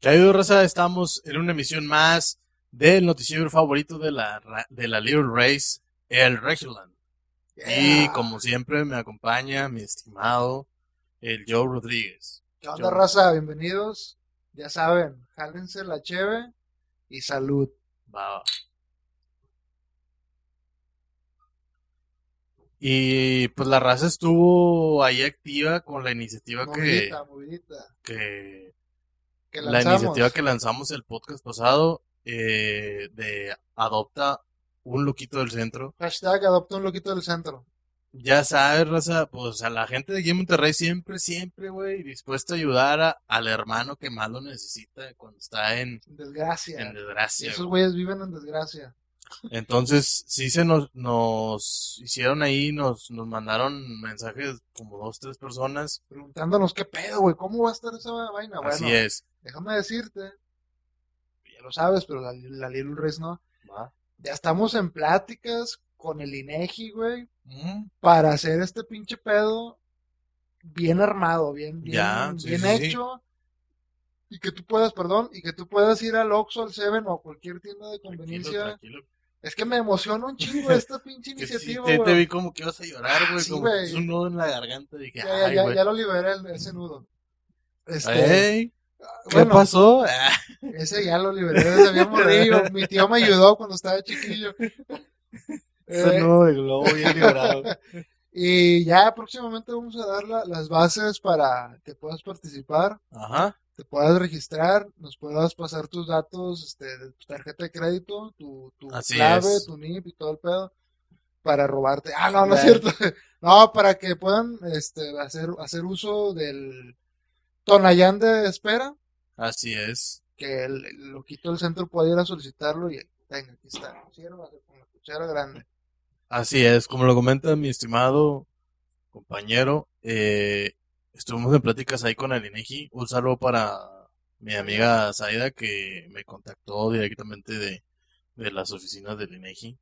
Caído Raza, estamos en una emisión más del noticiero favorito de la, ra- de la Little Race, el Regiland. Y Ah, como siempre me acompaña mi estimado, el Joe Rodríguez. ¿Qué onda, Yo- raza? Bienvenidos. Ya saben, jálense la cheve y salud. Va, va. Y pues la raza estuvo ahí activa con la iniciativa que, Movidita, movidita. que Que la lanzamos. iniciativa que lanzamos el podcast pasado eh, de Adopta un Loquito del Centro. Hashtag adopta un loquito del centro. Ya sabes, raza, pues a la gente de aquí en Monterrey siempre, siempre, güey, dispuesta a ayudar a- al hermano que más lo necesita cuando está en, Sin Desgracia. en desgracia. Esos güey. güeyes viven en desgracia. Entonces, sí se nos, nos hicieron ahí, nos, nos mandaron mensajes como dos, tres personas. Preguntándonos qué pedo, güey. ¿Cómo va a estar esa vaina? Ah, Bueno, Así es. déjame decirte. Ya lo sabes, pero la, la Little Race no. Va. Ya estamos en pláticas con el INEGI, güey. Mm, para hacer este pinche pedo bien armado, bien, bien, Ya, sí, bien sí, sí. hecho. Y que tú puedas, perdón, y que tú puedas ir al Oxxo, al Seven o a cualquier tienda de Tranquilo, conveniencia. tranquilo. Es que me emociona un chingo esta pinche Que sí, iniciativa, te, te güey. Ah, vi como que ibas a llorar, güey, Sí, como que güey. es un nudo en la garganta. Dije, Ya, ya, ay, ya, güey. Eh. ya lo liberé el, ese nudo. Este, Ey, ¿Qué bueno, pasó? Ah, ese ya lo liberé desde bien morrillo. Mi tío me ayudó cuando estaba chiquillo. Ese Eh, nudo de globo bien liberado. y ya próximamente vamos a dar la- las bases para que puedas participar. Ajá. te puedas registrar, nos puedas pasar tus datos, este, de tu tarjeta de crédito, tu, tu Así clave, es. tu NIP y todo el pedo, para robarte. Ah, no, no es Claro. cierto. No, para que puedan este, hacer, hacer uso del Tonayán de espera, Así es. que el, el loquito del centro puede ir a solicitarlo y tenga, aquí está, sírvase con la cuchara grande. Así es. Como lo comenta mi estimado compañero, eh, estuvimos en pláticas ahí con el INEGI. Un saludo para mi amiga Zaida que me contactó directamente de, de las oficinas del INEGI.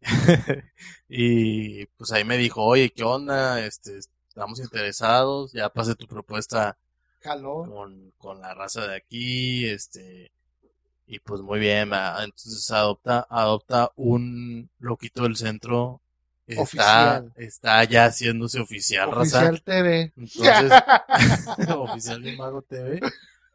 Y pues ahí me dijo, oye, ¿qué onda? Este, estamos interesados. Ya pasé tu propuesta. Jaló. con, con la raza de aquí, este, y pues muy bien, va. entonces adopta, adopta un loquito del centro, está, Oficial. está ya haciéndose oficial, raza, Oficial TV. entonces, oficial de Mago TV,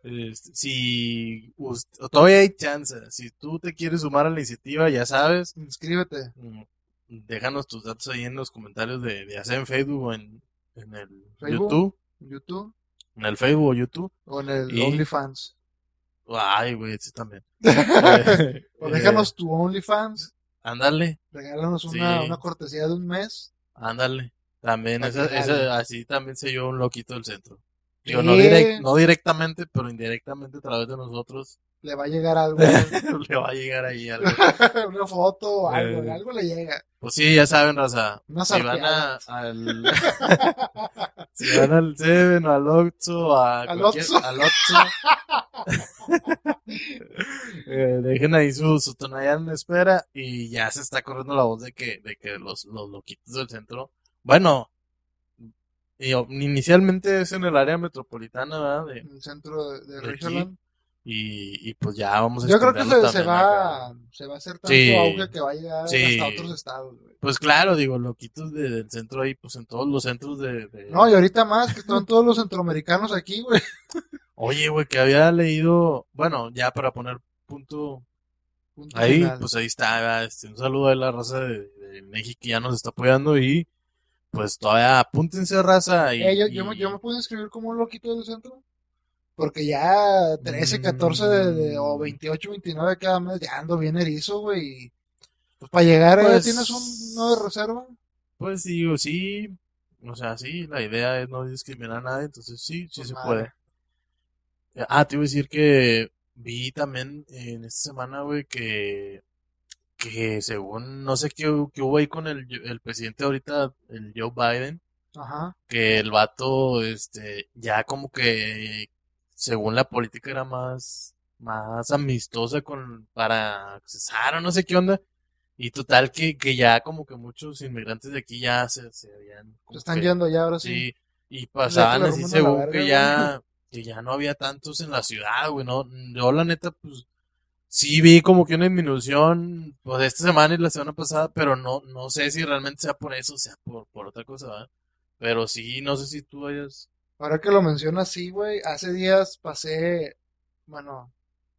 Este, si us- todavía hay chance, si tú te quieres sumar a la iniciativa, ya sabes, Inscríbete. mm, déjanos tus datos ahí en los comentarios de, de hacer en Facebook o en, en el Facebook. YouTube, en YouTube en el Facebook o YouTube. o en el Y- OnlyFans. Ay, güey, sí también. Eh, O eh, Pues déjanos tu OnlyFans. ándale, Regálanos Sí. una, una cortesía de un mes. ándale. También, Pa' que esa- esa- jale. así también se llevó un loquito del centro. Digo, no, Sí. direct- no directamente, pero indirectamente a través de nosotros Le va a llegar algo. le va a llegar ahí algo. una foto o algo. Eh. Algo le llega. Pues sí, ya saben, raza. Una Si van sarteada. a, al, si van al Seven o al Oxxo, a Al cualquier- Oxxo. al Oxxo, eh, dejen ahí su, su tonallán de espera y ya se está corriendo la voz de que, de que los, los loquitos del centro, bueno, y- inicialmente es en el área metropolitana, ¿verdad? De- En el centro de, de De aquí. Richland. y, y pues ya vamos a Yo creo que se, extenderlo se también va, acá. se va a hacer tanto Sí. auge que va a llegar Sí. hasta otros estados. güey. Pues claro, digo, loquitos de- del centro ahí, pues en todos los centros de... de- No, y ahorita más que están todos los centroamericanos aquí, güey. Oye, güey, que había leído, bueno, ya para poner punto Punto ahí, final. pues ahí está, ¿verdad? este, un saludo a la raza de, de México que ya nos está apoyando y pues todavía apúntense raza y, Eh, yo, yo me, yo me pude inscribir como un loquito del centro. Porque ya 13, 14 de, de- o Mm. 28, 29 cada mes ya ando bien erizo, güey. y, Pues para llegar, eh, Pues- ¿tienes un, uno de reserva? pues digo, sí, o sea, sí, la idea es no discriminar a nadie, entonces sí, sí Pues se madre. puede. Ah, te iba a decir que vi también en esta semana, güey, que, que según, no sé qué, qué hubo ahí con el, el presidente ahorita, el Joe Biden. Ajá. que el vato, este, ya como que, según la política era más, más amistosa con, para cesar o no sé qué onda. Y total que, que ya como que muchos inmigrantes de aquí ya se, se habían, Se como están que- yendo ya ahora sí. sí, y pasaban la así rumbo a la según verga, que güey. ya, que ya no había tantos en la ciudad, güey, ¿no? Yo la neta, pues, sí vi como que una disminución, pues, esta semana y la semana pasada, pero no, no sé si realmente sea por eso, o sea por, por otra cosa, ¿verdad? Pero sí, no sé si tú hayas... Ahora que lo mencionas, sí, güey, hace días pasé, bueno,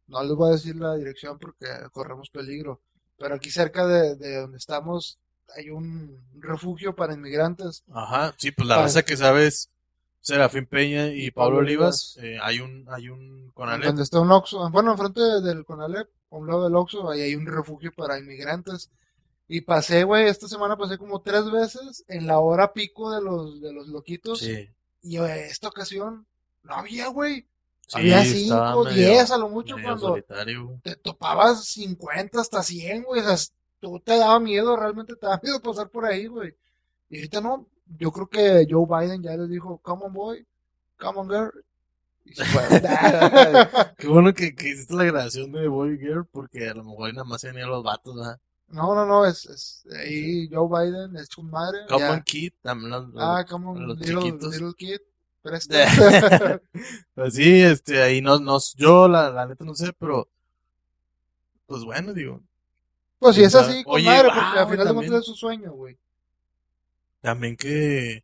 no les voy a decir la dirección porque corremos peligro, pero aquí cerca de, de donde estamos hay un refugio para inmigrantes. Ajá, sí, pues la Para- raza que sabes, Serafín Peña y Pablo Pablo Olivas, eh, hay un, hay un Conalep. Donde está un Oxxo, bueno, enfrente de- del Conalep, a un lado del Oxxo, ahí hay un refugio para inmigrantes. Y pasé, güey, esta semana pasé como tres veces en la hora pico de los, de los loquitos. Sí, Y güey, esta ocasión no había, güey. sí, había estaba cinco, medio- diez a lo mucho medio cuando solitario, güey. te topabas 50 hasta 100, güey. O sea, tú te daba miedo, realmente te daba miedo pasar por ahí, güey. Y ahorita no, yo creo que Joe Biden ya les dijo, come on boy, come on girl. Y se fueron. Qué bueno que, que hiciste la grabación de Boy Girl, porque a lo mejor nada más se venían los vatos, ¿verdad? No, no, no, es, es ahí Joe Biden es su madre. Come ya. on, Kid, también los- los- Ah, come on, los little, chiquitos. little kid. presta. Pues sí, este, ahí no, no, yo la, la neta no sé, pero pues bueno, digo, pues si es así, Oye, con madre, porque ah, al güey, final de también. cuentas es su sueño, güey. también que,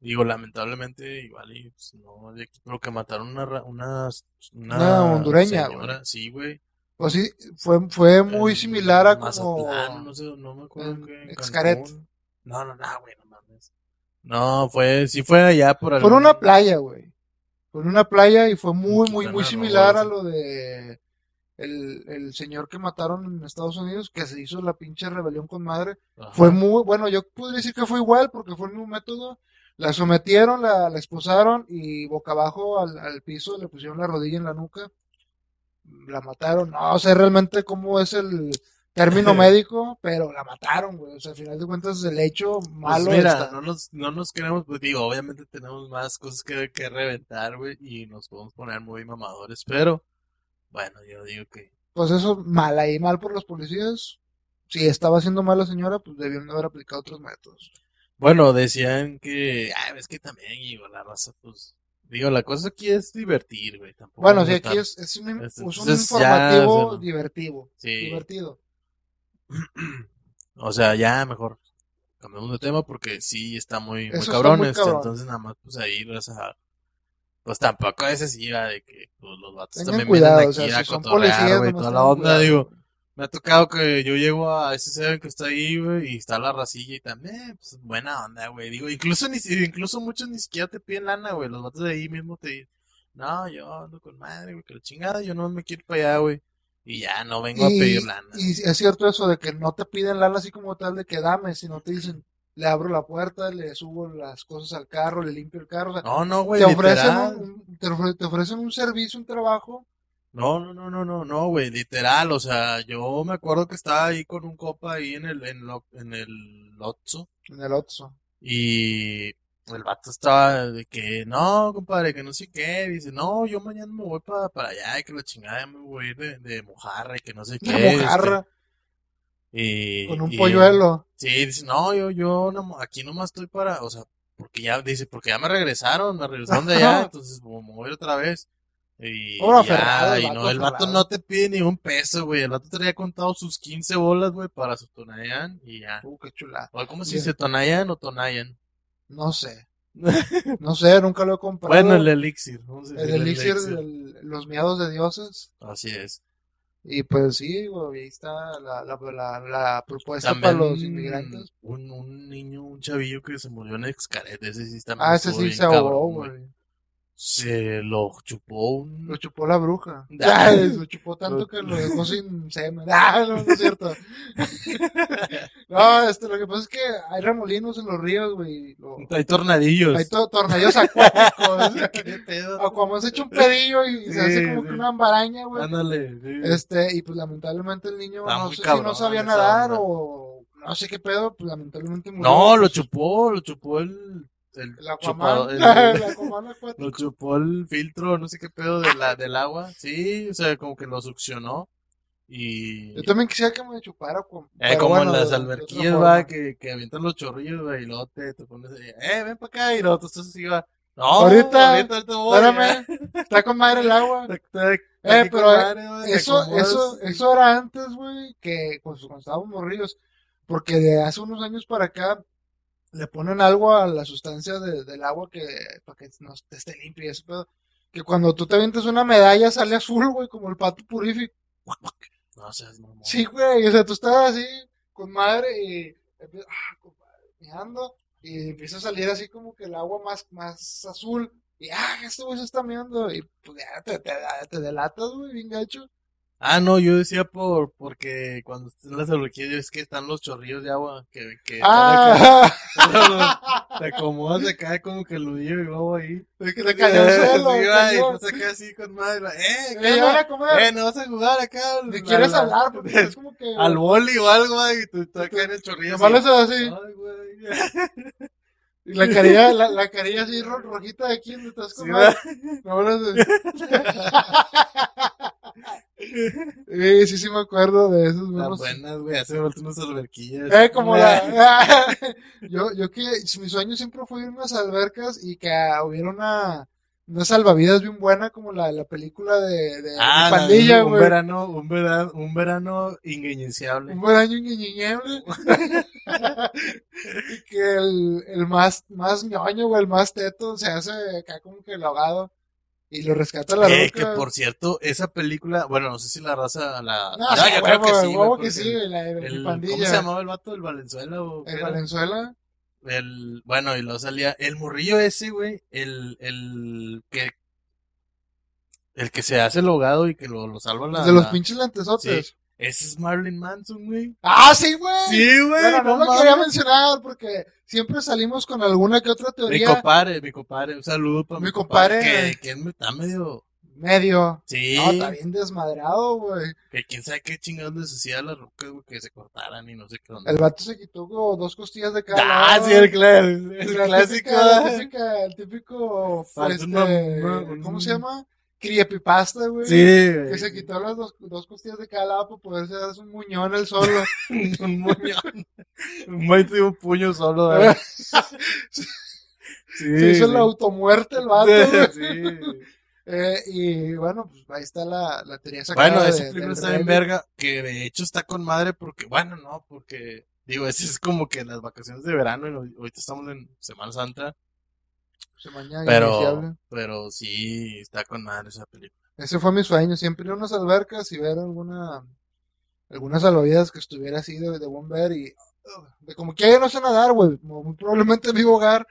digo, lamentablemente, igual, y, pues, no, de aquí, pero que mataron una, ra- una, una Una hondureña, güey. señora, sí, güey, Pues sí, fue, fue muy en similar a como... Mazatlán, no sé, no me acuerdo en qué, en Xcaret. Cancún. No, no, no, güey, no mames. No, fue, sí fue allá por Fue en algún- una playa, güey. Fue en una playa y fue muy, muy, Quintana muy Roo, similar a sí. lo de el, el señor que mataron en Estados Unidos, que se hizo la pinche rebelión con madre. Ajá. Fue muy, bueno, yo podría decir que fue igual porque fue el mismo método. La sometieron, la, la esposaron y boca abajo al, al piso le pusieron la rodilla en la nuca. La mataron. No sé realmente cómo es el término médico, pero la mataron, güey. O sea, al final de cuentas el hecho Pues malo mira, está. no nos, no nos queremos, pues digo, obviamente tenemos más cosas que, que reventar, güey, y nos podemos poner muy mamadores, pero bueno, yo digo que Pues eso, mal ahí, mal por los policías. Si estaba haciendo mal la señora, pues debieron de haber aplicado otros métodos. Bueno, decían que, ah, es que también, digo, la raza, pues, digo, la cosa aquí es divertir, güey, tampoco Bueno, es sí, estar- aquí es, es un, es- es un entonces ya, informativo o sea, no. divertido, Sí, divertido. o sea, ya mejor cambiamos de tema porque sí está muy, muy Eso está cabrón muy este, cabrón. entonces nada más, pues ahí, raza, pues tampoco a veces iba de que pues, los vatos Tengan también cuidado, vienen o sea, aquí a si son cotorrear, policías, güey, nomás toda la tengan onda, cuidado, digo, güey. Me ha tocado que yo llego a ese seven que está ahí, güey, y está la racilla y también, pues, buena onda, güey. Digo, incluso ni si- incluso muchos ni siquiera te piden lana, güey. Los vatos de ahí mismo te dicen, no, yo ando con madre, güey, que la chingada, yo no me quiero ir para allá, güey. Y ya no vengo a pedir Y, lana. y es cierto eso de que no te piden lana así como tal de que dame, sino te dicen, le abro la puerta, le subo las cosas al carro, le limpio el carro. o sea, No, no, güey, te ofrecen literal. un, un- te ofre- te ofrecen un servicio, un trabajo. No, no, no, no, no, no, güey, literal, o sea, yo me acuerdo que estaba ahí con un copa ahí en el, en, lo- en el Oxxo. En el Oxxo. Y el vato estaba de que, no, compadre, que no sé qué. Dice, no, yo mañana me voy para, para allá, y que la chingada ya me voy a ir de, de mojarra y que no sé Una qué. este, mojarra y, con un y- polluelo. Sí, dice, no, yo, yo no, aquí nomás estoy para, o sea, porque ya, dice, porque ya me regresaron, me regresaron de allá, entonces como me voy otra vez. Y Ahora ya, aferrado, el y vato no, el vato aferrado. no te pide ni un peso, güey. El vato traía contado sus 15 bolas, güey, para su Tonayán y ya. Uh, qué chulada. O, ¿Cómo se Bien. dice Tonayán o Tonayan? No sé. No sé, nunca lo he comprado. Bueno, el elixir. vamos a el, decir elixir, del- los miados de dioses. Así es. Y pues sí, güey, ahí está la, la, la, la propuesta También para los inmigrantes. Un, un niño, un chavillo que se murió en Xcaret. Ese sí también Ah, ese estuvo sí bien se ahogó, cabrón, güey. Se lo chupó un... Lo chupó la bruja. Ah. Lo chupó tanto que lo dejó sin semen. Ah, no, no es cierto. No, este, lo que pasa es que hay remolinos en los ríos, güey. Lo- Hay tornadillos. Hay to- tornillos acuáticos. ¿Qué pedo? Aquaman se echa un pedillo y se hace Sí, como que sí. una ambaraña, güey. Ándale. sí. Este, y pues lamentablemente el niño Está no muy sé si no cabrón sabía esa nadar onda. o no sé qué pedo, pues lamentablemente murió. No, lo chupó, lo chupó el... El, El Aquaman, chupado- el, el- Aquaman acuático. Lo chupó el filtro, no sé qué pedo de la, del agua. Sí, o sea, como que lo succionó. Y. Yo también quisiera que me chupara con. Eh, como en las alberquillas, va, que que, que avientan los chorrillos, va, y luego te, te pones ahí, eh, ven para acá, y luego tú estás así, va, No, Ahorita, te voy. ¿eh?" Espérame, está con madre el agua. Está- está- está Eh, aquí pero con eh, madre, güey, te Eso, acomodas. eso, eso era antes, güey, que pues, cuando estábamos morrillos, porque de hace unos años para acá le ponen algo a la sustancia de- del agua que para que no te esté limpia y ese pedo. Que cuando tú te avientas una medalla sale azul, güey, como el pato purífico. No seas mamón. Sí, güey, o sea, tú estás así con madre y empie- ah, compadre, meando, y empieza a salir así como que el agua más, más azul. Y ah, este güey se está meando. Y pues ya te, te, te delatas, güey, bien gacho. Ah, no, yo decía por porque cuando están las alberquillas es que están los chorrillos de agua que, que están acá. Ah, Te acomodas acá como que el nudillo y luego ahí. Es que le cayó al suelo. Sí, pues, le va, y cayó. estás acá así con madre. va, Eh, Le ¿qué llevan onda? a comer. Eh, no vas a jugar acá. al- Ni quieres al- hablar porque es como que. Al boli o algo, güey, y tú, tú acá en el chorrillo. Nomás le así. haces así. Ay, güey. Y la carilla, la, la carilla así ro- rojita de aquí donde estás Sí, comiendo. No, no sé. Sí, sí, sí me acuerdo de esos Están buenos. buenas, güey. Hace falta unas alberquillas. Eh, como la. yo, yo que mi sueño siempre fue irme a las albercas y que ah, hubiera una, una salvavidas bien buena como la, la película de, de Ah, Mi pandilla, un güey. verano, un verano, un verano inguiñenciable. Un buen año inguiñable. y que el, el más, más ñoño o el más teto se hace acá como que el ahogado. Y lo rescata la Eh, que ruca. por cierto, esa película, bueno, no sé si la raza la. No, Ah, sí, yo huevo, creo que sí, huevo güey, porque que sí, güey, la de el- mi el- pandilla. ¿Cómo se llamaba el vato del Valenzuela? o qué El era? Valenzuela. El- bueno, y luego salía el morrillo ese, güey, el, el que el que se hace el ahogado y que lo, lo salva la, de los la- pinches lentesotes. Ese es Marilyn Manson, güey. ¡Ah, sí, güey! Sí, güey, Bueno, no, no lo quería mames. mencionar porque siempre salimos con alguna que otra Mi teoría. compadre, mi compadre, un saludo para Mi mi, compadre, compadre. que, que es- está medio, Medio. sí, No, está bien desmadrado, güey. que quién sabe qué chingados les hacía a las rocas, güey, que se cortaran y no sé qué onda. El vato se quitó como dos costillas de cada Ah, lado. sí, el, cl- el La clásico. típica- la típica- el típico, Falta este, una- una- ¿cómo se llama? Criepipasta, güey. Sí, Que güey. se quitó las dos, dos costillas de cada lado para poderse dar un muñón al solo. un muñón. Un maito y un puño solo. güey. Ah, Sí, se hizo sí. la automuerte el vato, güey. Sí. Eh, y bueno, pues ahí está la, la teoría sacada Bueno, de- ese del película está bien Reddit. verga, que de hecho está con madre porque, bueno, no, porque, digo, ese es como que las vacaciones de verano, y ahor- ahorita estamos en Semana Santa, Se mañana iniciable. pero, pero sí, está con madre esa película. Ese fue mi sueño, siempre ir a unas albercas y ver alguna, algunas salvavidas que estuviera así de, de buen ver y ugh, de como que ya no sé nadar, güey, mo- muy probablemente en mi hogar,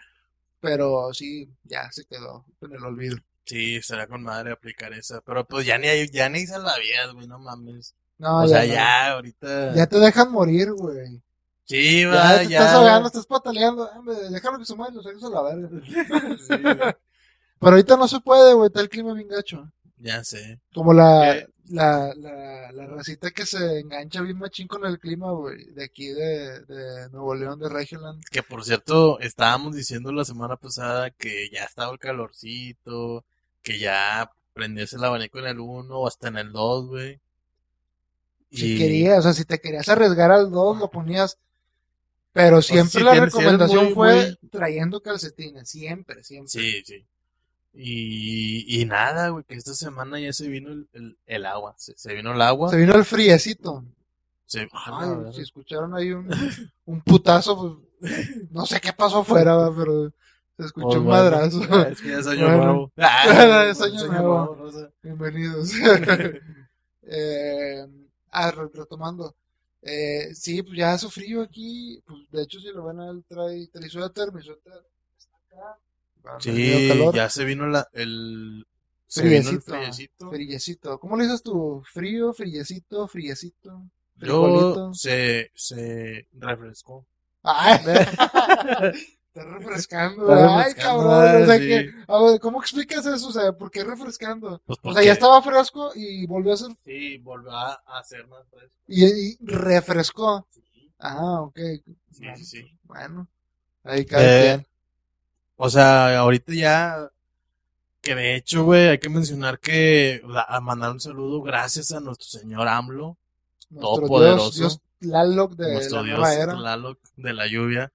pero sí, ya se quedó en el olvido. Sí, estará con madre aplicar esa, pero pues ya ni hay, ya ni salvavidas, güey, no mames. No, O ya, sea, no. ya, ahorita. Ya te dejan morir, güey. Sí, Ya, va, te ya. estás ahogando, estás pataleando, hombre, déjalo que se muevan los ojos a la verga. Sí, güey, Pero ahorita no se puede, güey, está el clima bien gacho. ya sé. Como la, ¿Qué? la, la, la racita que se engancha bien machín con el clima, güey, de aquí de, de Nuevo León, de Regioland. Que por cierto, estábamos diciendo la semana pasada que ya estaba el calorcito, que ya prendías el abanico en el 1 o hasta en el 2, güey. Si Y- querías, o sea, si te querías arriesgar al 2, lo ponías. Pero siempre si la tienes- si eres recomendación muy, fue trayendo calcetines, siempre, siempre. Sí, sí. Y, y nada, güey, que esta semana ya se vino el, el- el agua. Se, se vino el agua. Se vino el friecito. se- ah, Ay, la verdad. si escucharon ahí un, un putazo, pues, no sé qué pasó afuera, va, pero se escuchó Pues un bueno, madrazo. ya, es que ya es año Bueno. nuevo. Ah, Es año nuevo. Rosa. Bienvenidos. Eh, ah, re- retomando. Eh, sí, pues ya hace frío aquí. Pues de hecho, si lo van a ver, trae, trae suéter, mi suéter está acá. Va a hacer medio Sí, calor. ya se vino la, el, se vino el Friecito. friecito. Frillecito. ¿Cómo le dices tú? Frío, frillecito, frillecito, Yo frijolito. se, se refrescó. Pues, Ay, está refrescando. Ay, cabrón. O sea ah, sí. que, a ver, ¿cómo explicas eso? O sea, ¿por qué refrescando? Pues O porque, sea, ya estaba fresco y volvió a ser Sí, volvió a hacer más fresco. y, y refrescó. Sí, Ah, ok. sí, Bueno, sí. Bueno, ahí cada Eh, quien. O sea, ahorita ya. Que de hecho, güey, hay que mencionar que. la- A mandar un saludo gracias a nuestro señor AMLO, Nuestro todopoderoso. Dios, Dios Tlaloc de nuestro la dios nueva era. Tlaloc de la lluvia.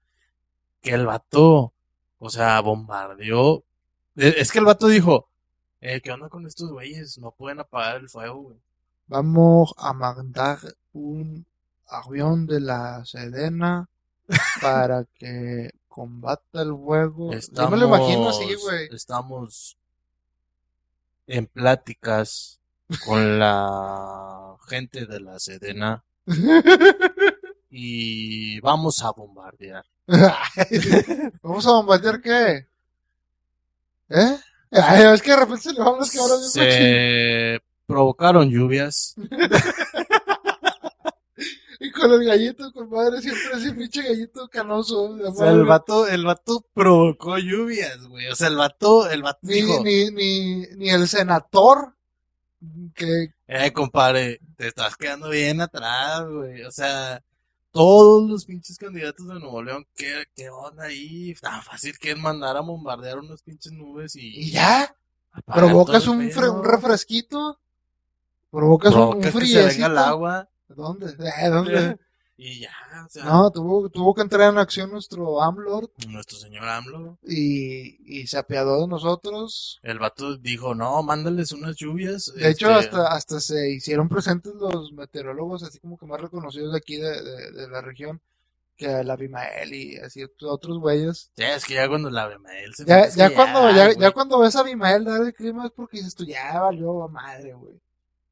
Que el vato. O sea, bombardeó E- Es que el vato dijo, eh, ¿qué onda con estos güeyes? No pueden apagar el fuego, güey. Vamos a mandar un avión de la Sedena para que combata el fuego. Yo me lo imagino así, Estamos- güey. Estamos en pláticas con la gente de la Sedena y vamos a bombardear. ¿Vamos a bombardear qué? ¿Eh? Ay, es que de repente se le van los cabrones. güey. Se provocaron lluvias. Y con el gallito, compadre, siempre ese pinche gallito canoso. la O sea, el madre. vato, el vato provocó lluvias, güey. O sea, el vato, el vato ni, dijo, ni, ni, ni el senador que eh, compadre, te estás quedando bien atrás, güey. O sea, todos los pinches candidatos de Nuevo León, ¿qué, qué onda ahí? Tan fácil que es mandar a bombardear unos pinches nubes y... y ya apagar provocas todo el un, fre- pedo. un refresquito, provocas un- un, Provocas que se venga friecito. el agua. ¿Dónde? Eh, ¿Dónde? Y ya, o sea, No, tuvo, tuvo que entrar en acción nuestro Amlord nuestro señor AMLO, y, y se apiadó de nosotros. el vato dijo, no, mándales unas lluvias. De hecho, este, hasta, hasta se hicieron presentes los meteorólogos, así como que más reconocidos de aquí de, de- de la región, que el Abimael y así otros güeyes. Ya, es que ya cuando la él se Ya, Pues es que ya cuando, ya, güey. ya cuando ves a Abimael dar el clima es porque dices tú, ya valió madre, güey.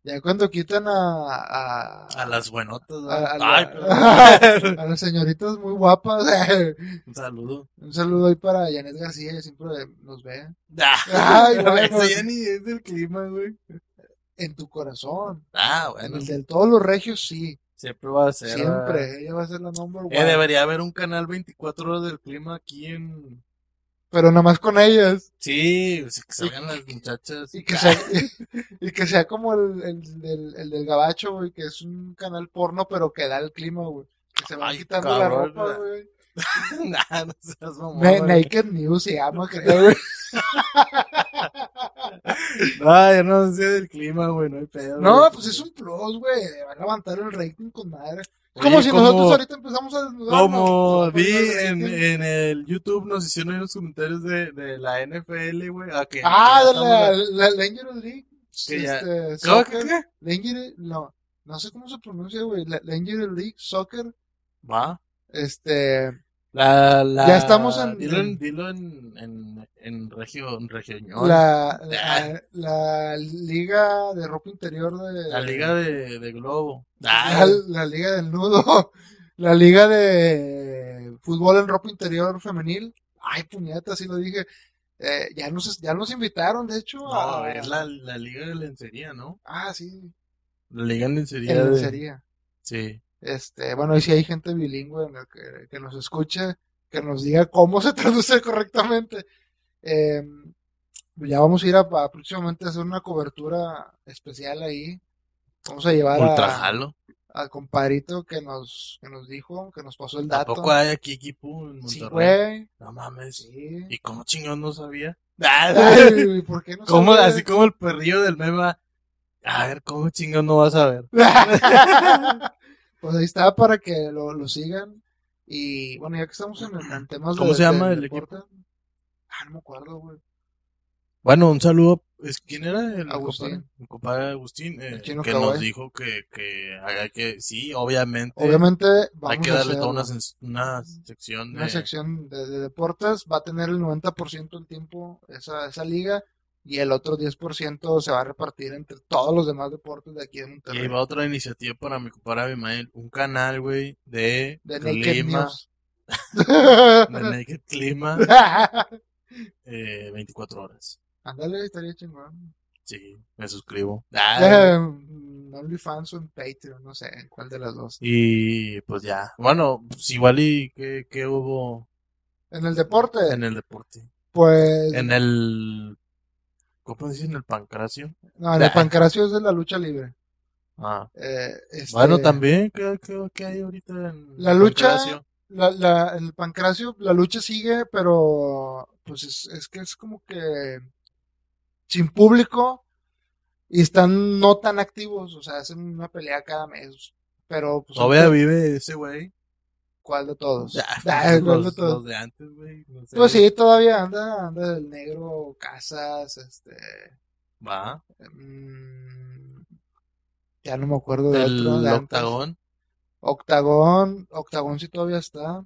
Ya cuando quitan a, a, A las buenotas. ¿no? A- a Ay, la- perdón. a las señoritas muy guapas, Un saludo. un saludo ahí para Janet García, que siempre nos ve Ay, Ay, bueno. eso ya ni es del clima, güey. en tu corazón. Ah, En bueno. el de todos los regios, sí, Siempre va a ser. ¿verdad? siempre. Ella va a ser la number Eh, one. debería haber un canal 24 horas del clima aquí en. Pero nada más con ellas. Sí, o sea, que salgan las muchachas. Y que sea, y que sea como el, el, del- el del gabacho, güey, que es un canal porno, pero que da el clima, güey. Que se van Ay, quitando la cabrón, ropa, güey. güey. Nah, no seas mamón, Na- güey. Naked News se llama, creo, güey. Ay, yo no sé del clima, güey, no hay pedo. No, güey. pues es un plus, güey. Van a levantar el rating con madre. Oye, como si ¿cómo- nosotros ahorita empezamos a desnudarnos. Como Pues, vi el en, rating. en el YouTube, nos hicieron ahí unos comentarios de, de la NFL, güey. Ah, que, Ah, que ya de estamos la, a- la Dangerous League. Que ya- Este, ¿Cómo que soccer. qué? Dangerous- no, no sé cómo se pronuncia, güey. La, Dangerous League, soccer. Va. Este, La, la, Ya estamos en- Dilo en, en- dilo en, en, en regio, en regioñón. La, La, la, la liga de ropa interior de liga de, de globo. la, Ah, la liga del nudo, la liga de fútbol en ropa interior femenil. Ay, puñeta, así lo dije. Eh, ya nos ya nos invitaron, de hecho, no, a- es la, la liga de lencería, ¿no? ah, sí, La liga de lencería. en de- lencería. Sí. Este, bueno, y si hay gente bilingüe en la que, que nos escuche, que nos diga cómo se traduce correctamente. Eh, ya vamos a ir a, a próximamente a hacer una cobertura especial ahí. Vamos a llevar Ultra a, jalo. al compadrito que nos, que nos dijo, que nos pasó el dato. Tampoco hay aquí equipo en Sí, Monterrey. güey. no mames. Sí. ¿Y cómo chingón no sabía? Ay, ¿por qué no Como, sabía? así como el perrillo del meme. va, A ver, ¿cómo chingón no vas a ver? pues ahí está para que lo, lo sigan. Y bueno, ya que estamos en, en temas ¿Cómo de, se llama del el deporte. Ah, no me acuerdo, güey. Bueno, un saludo. es- ¿Quién era el Agustín. compadre? El compadre Agustín, eh, El chino que Kawai. nos dijo que, que, hay que sí, obviamente, Obviamente vamos hay que a darle toda hacerlo. una, sen- una sección una de... sección de, de deportes, va a tener el 90% del tiempo esa, esa liga y el otro 10% se va a repartir entre todos los demás deportes de aquí de Y Monterrey. ahí va otra iniciativa para mi compadre Abimael, un canal, güey, de, de Naked clima, News. de Naked Clima, eh, 24 horas. Ándale, estaría chingón. Sí, me suscribo. Ah, Eh, mm, OnlyFans o en Patreon, no sé, en cuál de las dos. Y pues ya, bueno, pues igual y qué, qué hubo En el deporte, en el deporte. pues. En el... ¿Cómo dicen? El pancracio. no, en el Ah. pancracio es de la lucha libre. Ah. Eh, este, Bueno, también, ¿qué, qué, qué hay ahorita en La lucha- pues, Pancracio? La, la, el pancracio, la lucha sigue, pero pues es, es que es como que sin público y están no tan activos, o sea, hacen una pelea cada mes, pero pues Todavía ahorita- vive ese güey. ¿Cuál de todos? Ya, Ah, ¿cuál de los, todos? los de antes, güey. No sé. Pues sí, todavía anda, anda el negro, Casas, este... Va. mm, ya no me acuerdo de El otro. de antes. octagón. Octagón, Octagón sí todavía está.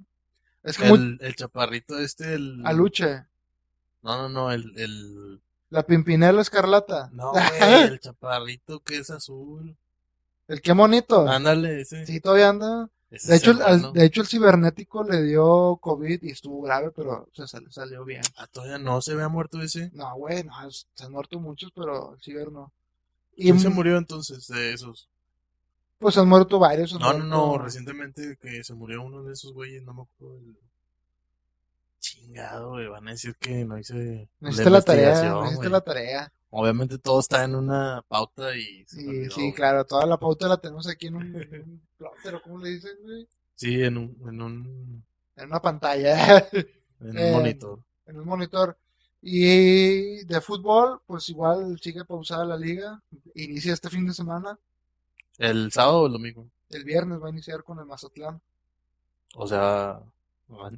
Es que muy... El, el chaparrito este. El... Aluche, No, no, no. El. el... la Pimpinela Escarlata. No, güey. el chaparrito que es azul. El qué bonito. Ándale, ese. Sí, todavía anda. ese De es hecho, el el, al- bueno. de hecho, el cibernético le dio COVID y estuvo grave, pero se sal- salió bien. Ah, todavía no se había muerto ese. No, güey, no, es- se han muerto muchos, pero el ciber no. Y ¿Quién se mm, murió entonces de esos? pues han muerto varios. han No, no, no. muerto- Recientemente que se murió uno de esos güeyes. No me acuerdo. el- Chingado, güey. Van a decir que no hice. No hiciste la tarea, investigación, no hiciste güey. la tarea. Obviamente todo está en una pauta y se me Sí, olvidó, sí, güey. claro, toda la pauta la tenemos aquí en un, en un plotter, ¿o ¿cómo le dicen, güey? Sí, en un, en un, En una pantalla. en un Eh, monitor. en un monitor. Y de fútbol, pues igual sigue pausada la liga. Inicia este fin de semana. El sábado o el domingo. El viernes va a iniciar con el Mazatlán. O sea,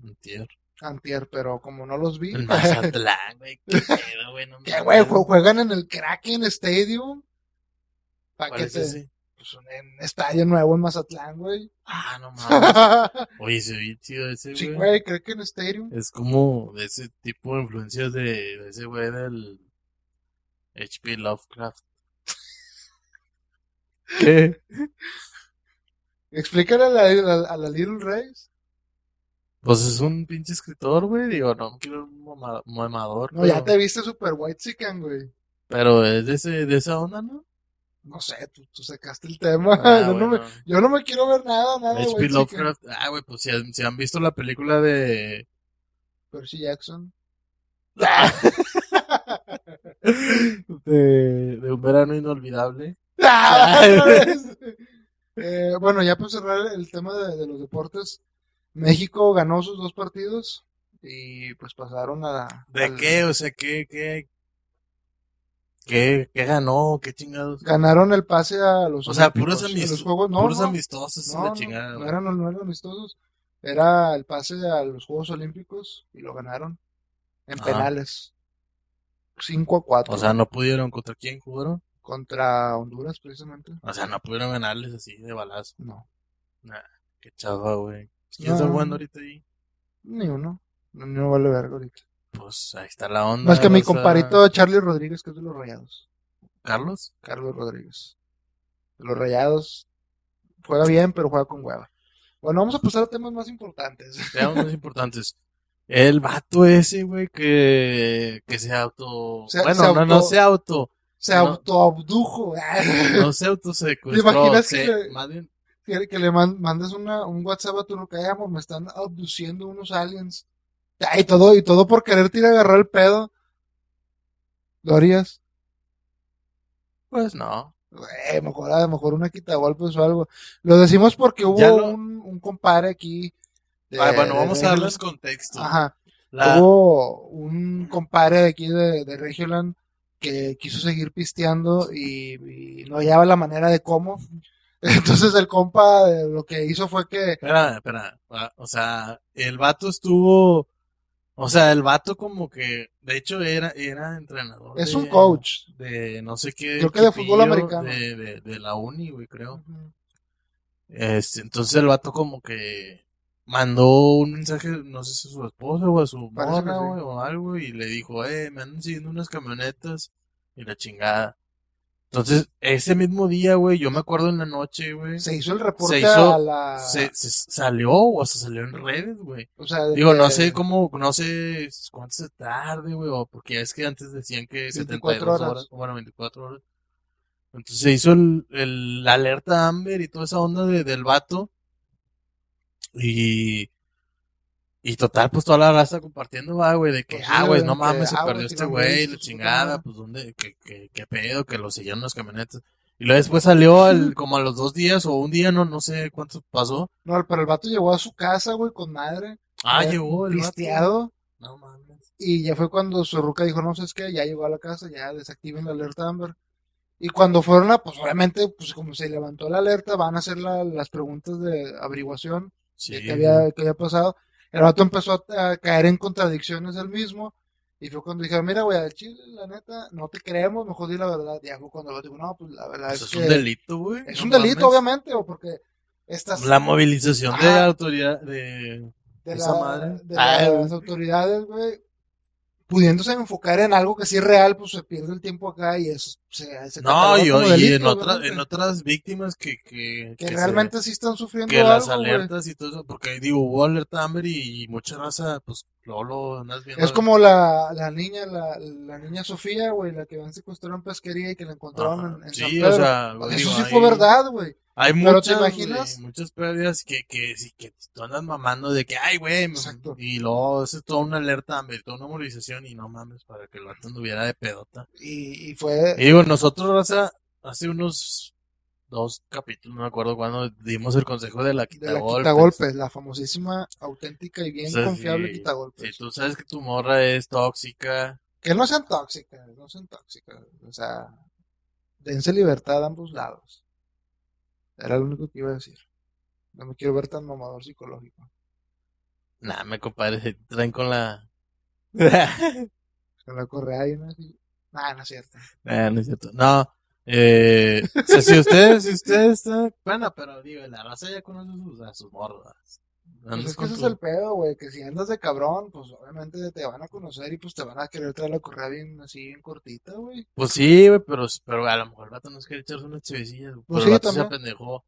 antier. Antier, pero como no los vi. El Mazatlán, güey. Qué pedo, güey. No Que, güey, mames. jue- juegan en el Kraken Stadium. Para ¿Cuál que es te. ese? Pues un en- estadio nuevo en Mazatlán, güey. Ah, no mames. Oye, se ve chido ese, sí, güey. güey, Kraken Stadium. Es como de ese tipo de influencias de, de ese güey del H.P. Lovecraft. ¿Qué? Explícale a la, a la- a la Little Race. Pues es un pinche escritor, güey. Digo, no, me quiero un mama- mamador. No, ya pero- te viste super white chicken, güey. Pero es de, ese, de esa onda, ¿no? No sé, tú, tú sacaste el tema. Ah, yo, no me, Ah, bueno. yo no me quiero ver nada, nada, de H.P. white chicken. Lovecraft. Ah, güey, pues si han, si han visto la película de. Percy Jackson. de, de un verano inolvidable. ¡Ah! Eh, bueno, ya para cerrar el tema de, de los deportes, México ganó sus dos partidos y pues pasaron a... ¿De al- qué? O sea, ¿qué, qué, qué, qué ganó? ¿Qué chingados? Ganaron el pase a los O sea, puros, Olímpicos, a amist- los juegos, no, puros no, amistosos, no, la no, chingada. no güey. eran, no eran amistosos, era el pase a los Juegos Olímpicos y lo ganaron en Ajá. penales, 5 a 4 O sea, no pudieron. ¿Contra quién jugaron? contra Honduras precisamente, O sea, no pudieron ganarles así de balazo. no, Qué chafa, güey. Pues, ¿Quién está No. jugando ahorita ahí? ni uno, no, no vale verga ahorita. Pues ahí está la onda. Más que mi o sea, comparito Charlie Rodríguez, que es de los Rayados. Carlos. Carlos Rodríguez. De los Rayados. Juega bien, pero juega con hueva. Bueno, vamos a pasar a temas más importantes. Veamos los importantes. El vato ese, güey, que, que se auto. Se- bueno, se no, no auto- se auto. Se No. autoabdujo. No se auto ¿Te imaginas se, que le- más bien, Quiere que le man- mandes una, un WhatsApp a tu lo que hayamos. Me están abduciendo unos aliens. Ay, todo, y todo por quererte ir a agarrar el pedo. ¿Lo harías? Pues no. Eh, mejor, a lo mejor una quitagolpes o algo. Lo decimos porque hubo Ya lo- un, un compadre aquí. de- Ah, bueno, de- vamos de- a darles contexto. Eh, Ajá. La- Hubo un compadre de aquí de, de Regioland que quiso seguir pisteando y, y no hallaba la manera de cómo. Entonces el compa eh, lo que hizo fue que Espera, espera. Ah, O sea, el vato estuvo. O sea, el vato como que. De hecho, era, era entrenador. es de- un coach. De no sé qué. Creo que de fútbol equipillo americano. De, de, de la uni, güey, creo. Este, entonces el vato como que mandó un mensaje, no sé si a su esposa o a su Parece que morra, sí. güey, o algo, y le dijo, eh, me andan siguiendo unas camionetas y la chingada. Entonces, ese mismo día, güey, yo me acuerdo en la noche, güey, Se hizo el reporte Se hizo- a la... se, se salió, o sea, salió en redes, güey. o sea, de Digo, no que sé cómo, no sé cuánto se tarde, güey, o porque ya es que antes decían que 24 72 horas, horas. o bueno, 24 horas. Entonces se hizo el, el alerta Amber y toda esa onda de- del vato. Y, y total, pues toda la raza compartiendo, va, güey, de que, Pues sí, ah, güey, no de que, mames, se ah, güey, perdió este tiró güey, mil, la su puta chingada, madre. pues dónde, qué, qué, qué pedo, que lo sellaron las camionetas. Y luego después salió al- como a los dos días o un día, no, no sé cuánto pasó. No, pero el vato llegó a su casa, güey, con madre. Ah, eh, llegó el vato. Pisteado. No mames. Y ya fue cuando su ruca dijo, no, es que ya llegó a la casa, ya desactiven la alerta Amber. Y cuando fueron a, pues obviamente, pues como se levantó la alerta, van a hacer la- las preguntas de averiguación. Sí, que, había, que había pasado. El vato empezó a, a caer en contradicciones él mismo. Y fue cuando dijeron, mira, güey, al chile, la neta, no te creemos, mejor di la verdad. Y ya fue cuando lo digo, no, pues la verdad pues es es que... un delito, güey. Es no un delito, mames. obviamente, o porque estas... La movilización de Ah. autoridad, de... de, esa la- madre. de Ah, las autoridades, güey, pudiéndose enfocar en algo que sí es real, pues se pierde el tiempo acá y eso se, se No, cataloga y, como y delito, en, otra- obviamente. en otras víctimas que, que, que, que se- realmente sí están sufriendo que las algo, güey. alertas y todo eso, porque digo, hubo alerta Amber y, mucha raza, pues luego lo andas viendo. Es como la, la niña, la, la niña Sofía, güey, la que van a secuestrar en pesquería y que la Ajá. encontraron en, en sí, San o Pedro. sea, Eso digo, sí ahí- fue verdad, güey. Hay Pero, ¿te muchas, güey, imaginas? muchas pérdidas que, que, sí, que tú andas mamando de que, ay, güey, me- Exacto. y luego es toda una alerta Amber, toda una movilización y no mames, para que el vato anduviera de pedota. Y, y fue... Y digo, nosotros, raza, hace unos dos capítulos, no me acuerdo cuándo, dimos el consejo de la De la quitagolpes. quitagolpes, la famosísima, auténtica y bien O sea, confiable si- quitagolpes. Si tú sabes que tu morra es tóxica, Que no sean tóxicas, no sean tóxicas. O sea, dense libertad a ambos lados. Era lo único que iba a decir. No me quiero ver tan mamador psicológico. nada, me compadre, se traen con la... Con la correa y una así. Nah, Ah, no es cierto. Nah, no es cierto. No, eh, o sea, si ustedes, si ustedes están... Bueno, pero digo, la raza ya conoce sus, a sus morras. Pues Andas es que ese con es tu- el pedo, güey. Que si andas de cabrón, pues obviamente te van a conocer y pues te van a querer traer la correa bien así, bien cortita, güey. Pues sí, güey, pero, pero a lo mejor el vato nos quiere echarse unas chevecillas, güey, pero Pues el sí, vato se también. apendejó,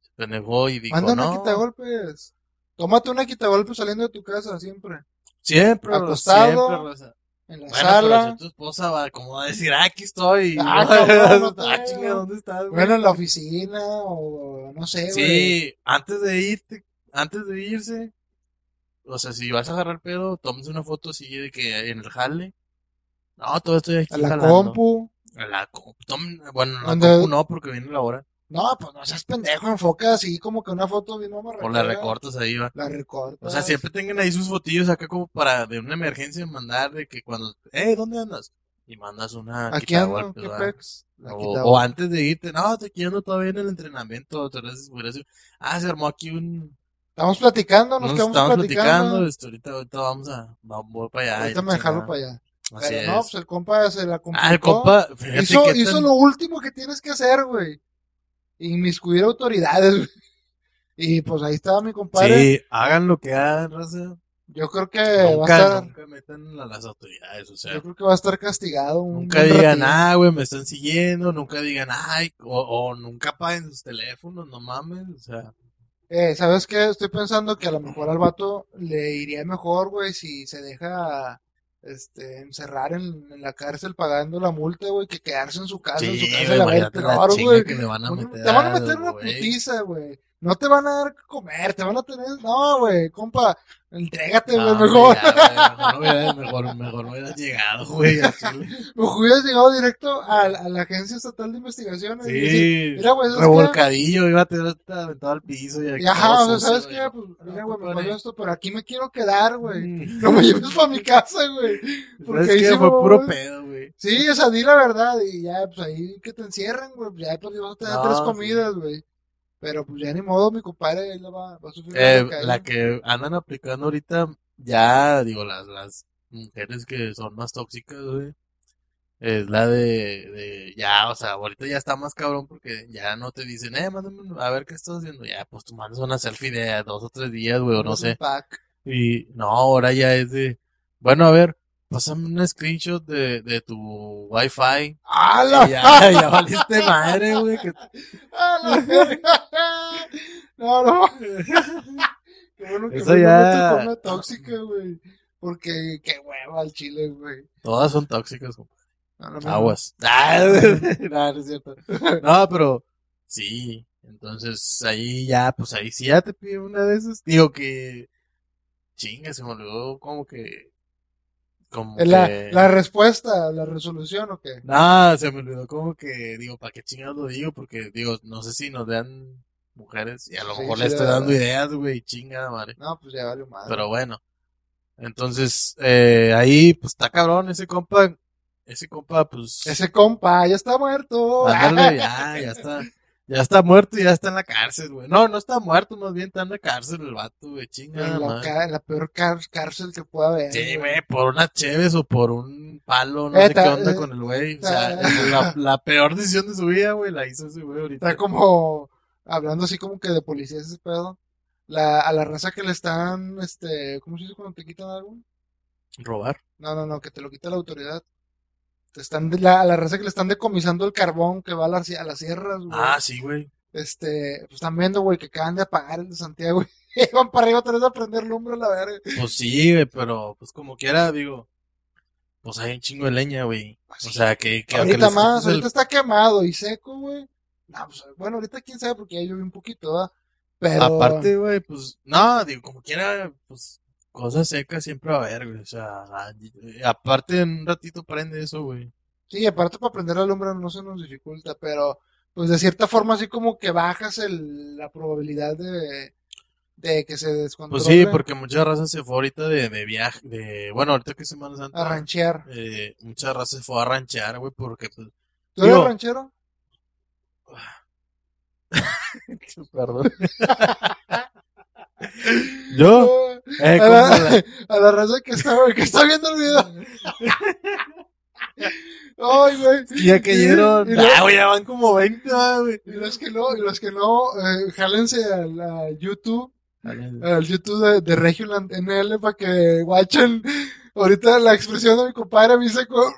se apendejó y dijo, Manda una no, quitagolpes. Tómate una quitagolpes saliendo de tu casa siempre. siempre, Acostado, siempre, raza. En la Bueno, sala. pero si tu esposa va como a decir, ah, aquí estoy. Ah, ¿no? cabrón, no te Ah, veo. chinga, ¿dónde estás, güey? Bueno, en la oficina o no sé, güey. sí, antes de irte, antes de irse, o sea, si vas a agarrar pedo, tómese una foto así de que en el jale. No, todo estoy aquí A la jalando. compu. A la compu. Tomen- bueno, la Anda. compu no, porque viene la hora. No, pues no seas pendejo, enfoca así como que una foto bien O mamarrachera. la recortas ahí, va. La recortas. O sea, siempre tengan ahí sus fotillos acá como para de una emergencia mandar de que cuando, eh, ¿dónde andas? Y mandas una Aquí ando, quitagolpes, qué va. pex. La O, quitaba. o antes de irte, no, te quedando todavía en el entrenamiento. te las- hubieras- Ah, se armó aquí un. Estamos platicando, nos, quedamos estamos platicando. platicando. este, ahorita, ahorita vamos a. Vamos voy para allá. Ahorita y me chingada. jalo para allá. Así Pero es. no, pues el compa se la complicó. ah, el compa. Fíjate hizo qué hizo tan- lo último que tienes que hacer, güey. Inmiscuir autoridades, güey. Y pues ahí estaba mi compadre. Sí, hagan lo que hagan, raza. Yo creo que Eh, va a nunca, estar, nunca metan a las autoridades, o yo sea. creo que va a estar castigado un Nunca buen digan, ratillo. ah, güey, me están siguiendo. Nunca digan, ay, o, o nunca apaguen sus teléfonos, no mames. O sea, Eh, ¿sabes qué? Estoy pensando que a lo mejor al vato le iría mejor, güey, si se deja este, encerrar en, en la cárcel pagando la multa, güey, que quedarse en su casa, en Ah, su sí, casa güey, le va a ir imagínate la peor, chinga güey. que le van a Un- meter. Te van a al meter una güey. putiza, güey. No te van a dar que comer, te van a tener... No, güey, compa, entrégate, güey, No, mejor. güey, Ah, ya, güey, mejor, no hubiera- mejor, mejor no hubieras llegado, güey, al chile. Mejor hubieras llegado directo a, la- a la Agencia Estatal de Investigaciones y decir, Sí, mira, güey, ¿sabes qué? revolcadillo, iba a tener aventado al piso y aquí Y ajá, o todo sucio, sea, ¿sabes güey. qué? Pues, mira, güey, me compadre. pasó esto, pero aquí me quiero quedar, güey. Mm. No me lleves para mi casa, güey. Porque ¿Sabes ahí qué? sí Fue me puro voy. pedo, güey. Sí, o sea, di la verdad y ya, pues ahí que te encierren, güey. pues Ya pues, vas a tener No, tres sí. comidas, güey. Pero pues ya ni modo, mi compadre él la va, va a sufrir. Eh, una recaída. la que andan aplicando ahorita, ya, digo, las, las mujeres que son más tóxicas, güey, es la de, de, ya, o sea, ahorita ya está más cabrón porque ya no te dicen, eh, mándame, un- a ver qué estás haciendo, ya, pues tú mandas una selfie de dos o tres días, güey, o no Mandas un sé. pack. Y no, ahora ya es de, bueno, a ver, pásame un screenshot de, de tu wifi. ¡A Y la, ya, ya valiste madre, güey. que- a la verga! No, no. Qué bueno que Eso no ya- no te torna tóxica, güey. Porque qué hueva al chile, güey. Todas son tóxicas, compa. No, no, no. aguas. Ah, güey, no, no es cierto. No, pero sí. Entonces ahí ya, pues ahí sí ya te pide una de esas. Digo que, chinga, se me olvidó como que, como Es La, que. la respuesta, la resolución o qué? Nah, Ah, se me olvidó como que, digo, ¿para qué chingados lo digo? Porque, digo, no sé si nos vean mujeres y a lo Sí, mejor sí, le estoy la dando verdad. ideas, güey, chinga, madre. No, pues ya valió madre. Pero bueno. Entonces, eh, ahí, pues está cabrón, ese compa, ese compa, pues, Ese compa ya está muerto. ándale, ya, ya está. Ya está muerto y ya está en la cárcel, güey. No, no está muerto, más bien está en la cárcel el vato, güey, chingada. En la, madre. ca- la peor car- cárcel que pueda haber. Sí, güey. güey, por unas cheves o por un palo, no Eh, sé ta- qué onda eh, con el güey. O ta- sea, la, la peor decisión de su vida, güey, la hizo ese güey ahorita. Está como hablando así como que de policías ese pedo. La, a la raza que le están, este, ¿cómo se dice cuando te quitan algo? Robar. No, no, no, que te lo quita la autoridad. Te están de- la, a la raza que le están decomisando el carbón que va a, la, a las sierras, güey. Ah, sí, güey. Este, pues están viendo, güey, que acaban de apagar el de Santiago. Y van para arriba otra vez a prender lumbre a la verga. Pues sí, güey, pero pues como quiera, digo. Pues hay un chingo de leña, güey. O sea, que, que aunque ahorita les más, quites el- ahorita está quemado y seco, güey. No, pues, bueno, ahorita quién sabe porque ya llovió un poquito, ¿verdad? Pero Aparte, güey, pues, no, digo, como quiera, pues, cosas secas siempre va a haber, güey. O sea, ah, y- aparte en un ratito prende eso, güey. Sí, aparte para prender la lumbre no se nos dificulta, pero pues de cierta forma así como que bajas el, la probabilidad de, de que se descontrole Pues sí, porque mucha raza se fue ahorita de, de viaje, de, bueno, ahorita que Semana Santa, a ranchear. eh, mucha raza se fue a ranchear, güey, porque, pues, ¿Tú eres Digo- ranchero? perdón. Yo, eh, Eh, a, como la- la, a la raza que está, que está viendo el video. Ay, güey. ya que Y- y lo- ah, güey, ya van como 20, ah, güey. Y los que no, y los que no, eh, jálense a la YouTube, al YouTube de, de Regioland NL para que guachen ahorita la expresión de mi compadre, me dice, co-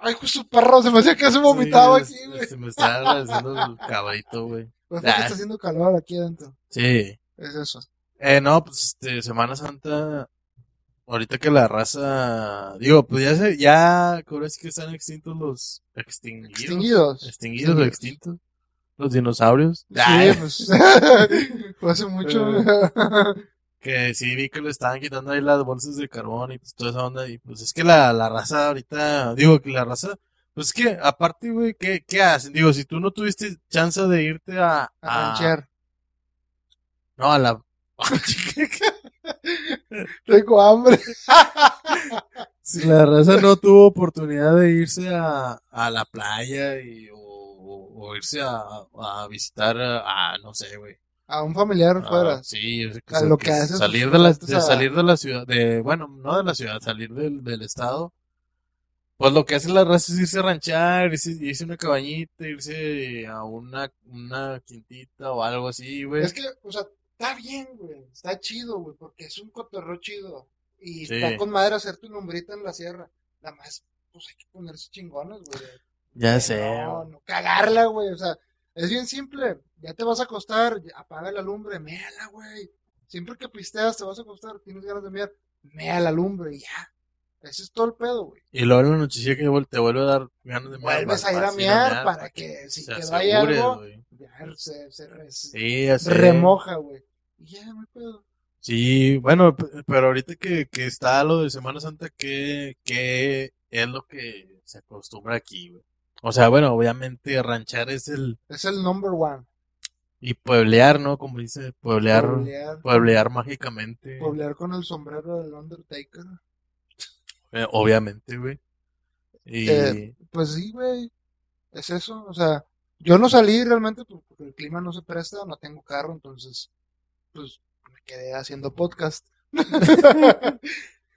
ay, pues, su perro, se me hacía que se vomitaba Sí, aquí, güey. Se me está haciendo el cabrito, güey. Pues porque Ah. está haciendo calor aquí adentro, Sí. es eso. Eh, no, pues este, Semana Santa, ahorita que la raza, digo, pues ya se, ya, que ahora sí que están extintos los extinguidos, Extinguidos. extinguidos Ah. o extintos, los dinosaurios. Sí, Ay, pues, fue pues. hace mucho. Eh. que sí vi que le estaban quitando ahí las bolsas de carbón y pues toda esa onda, y pues es que la, la raza ahorita, digo que la raza, pues es que aparte, güey, ¿qué, qué hacen? Digo, si tú no tuviste chance de irte a, a a- ranchear. no, a la, Tengo hambre. Si la raza no tuvo oportunidad de irse a, a la playa y, o, o- o irse a, a visitar a, a, no sé, güey. A un familiar a- fuera. Ah, sí, es que a sa- lo que que hacen salir sus de la, cuates de a- salir de la ciudad, de, bueno, no de la ciudad, salir del, del estado. Pues lo que hace la raza es irse a ranchar, irse, irse a una cabañita, irse a una, una quintita o algo así, güey. Es que, o sea, está bien, güey. Está chido, güey, porque es un cotorreo chido. Y Sí. está con madre hacer tu lumbrita en la sierra. Nada más, pues hay que ponerse chingones, güey. ya Que sé, No, güey. no cagarla, güey. O sea, es bien simple. Ya te vas a acostar, ya apaga la lumbre, mea la, güey. Siempre que pisteas, te vas a acostar, tienes ganas de mear, mea la lumbre y ya. Ese es todo el pedo, güey. Y luego en la nochecilla que vuel- te vuelve a dar ganas de mear, Vuelves vas- a ir a vas mear para que si se quedó ahí asegure, algo, güey. ya se, se re- Sí, ya sé. remoja, güey. Y ya, no hay pedo. Sí, bueno, p- pero ahorita que, que está lo de Semana Santa, ¿qué, qué es lo que se acostumbra aquí, güey? O sea, bueno, obviamente ranchar es el... Es el number one. Y pueblear, ¿no? Como dice, pueblear, Pueblear, pueblear mágicamente, pueblear con el sombrero del Undertaker. eh, obviamente, güey. Y Eh, Pues sí, güey. Es eso. O sea, yo no salí realmente por- porque el clima no se presta, no tengo carro, entonces, pues me quedé haciendo podcast.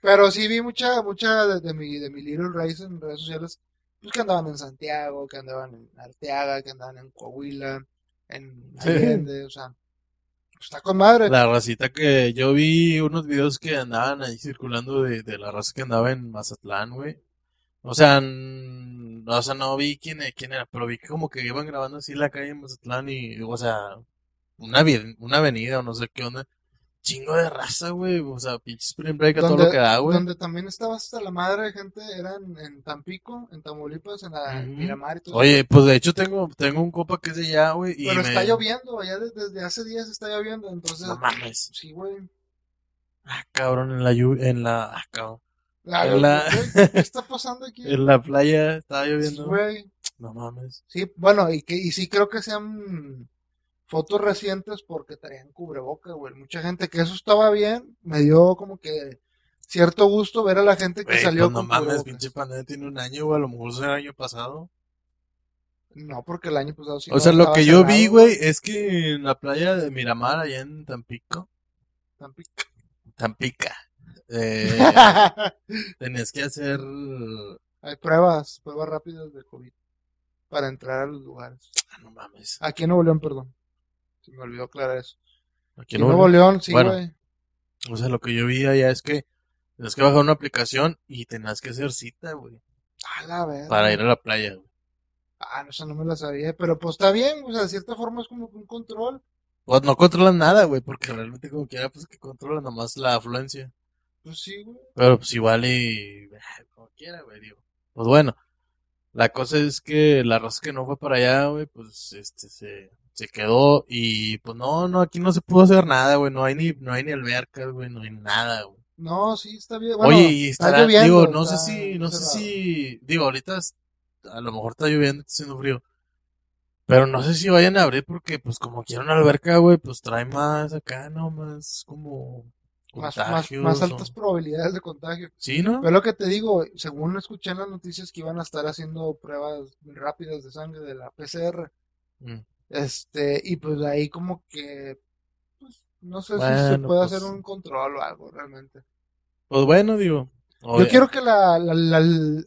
Pero sí vi mucha, mucha de, de mi, de mi Little Race en redes sociales, pues que andaban en Santiago, que andaban en Arteaga, que andaban en Coahuila, en Sí. Allende, o sea, pues está con madre. la racita que yo vi unos videos que andaban ahí circulando de, de la raza que andaba en Mazatlán, güey. O sea, n- o sea, no vi quién, e- quién era, pero vi que como que iban grabando así la calle en Mazatlán y, o sea, una, avi- una avenida o no sé qué onda. Chingo de raza, güey. O sea, pinche Spring Break a todo lo Donde- que da, güey. Donde también estaba hasta la madre de gente, era en, en Tampico, en Tamaulipas, en la Ujú. Miramar y todo. Oye, pues de hecho tengo, tengo un copa que es de allá, güey, y Pero me... está lloviendo, allá de- desde, hace días está lloviendo, entonces... No mames. Sí, güey. Ah, cabrón, en la lluvia, en la... Ah, cabrón. La- En la- ¿Qué, qué está pasando aquí? En la playa estaba Sí, lloviendo. güey. No mames. Sí, bueno, y, que, y sí creo que sean fotos recientes porque traían cubreboca, güey. Mucha gente que eso estaba bien, me dio como que cierto gusto ver a la gente que Güey, salió pues no con mames, cubrebocas. pinche pandemia tiene un año, güey, a lo mejor fue el año pasado. No, porque el año pasado sí. O sea, lo estaba que yo vi, cerrado, güey, es que en la playa de Miramar, allá en Tampico, Tampico. Tampica, eh, tenías que hacer... ah, Hay pruebas, pruebas rápidas de COVID para entrar a los lugares. Ah, no mames. Aquí en Nuevo León, perdón. Se me olvidó aclarar eso. Aquí Aquí no, en Nuevo León, sí, Bueno. güey. O sea, lo que yo vi allá es que tenías que bajar una aplicación y tenías que hacer cita, güey, A la verga. para ir a la playa, güey. Ah, no, eso no me la sabía, pero pues está bien, o sea, de cierta forma es como que un control. Pues no controlan nada, güey, porque realmente como quiera, pues que controlan nomás la afluencia. Pues sí, güey. Pero pues igual y... Como quiera, güey, digo. Pues bueno, la cosa es que la raza que no fue para allá, güey, pues este se, se quedó y pues no, no, aquí no se pudo hacer nada, güey, no hay ni, no hay ni albercas, güey, no hay nada, güey. No, sí, está bien. Bueno, Oye, y está estará, lloviendo, digo, no sé está si, no sé cerrado. si, digo, ahorita es- a lo mejor está lloviendo, está haciendo frío, pero no sé si vayan a abrir porque, pues, como quieren alberca, güey, pues trae más acá, ¿no? Más como más, más, contagios. más o- altas probabilidades de contagio. Sí, ¿no? Pero lo que te digo, según escuché en las noticias que iban a estar haciendo pruebas rápidas de sangre de la PCR, Mm. este, y pues ahí como que, pues, no sé si se Bueno, puede pues. hacer un control o algo realmente. Pues bueno, digo. Yo obvia- quiero que la, la- la-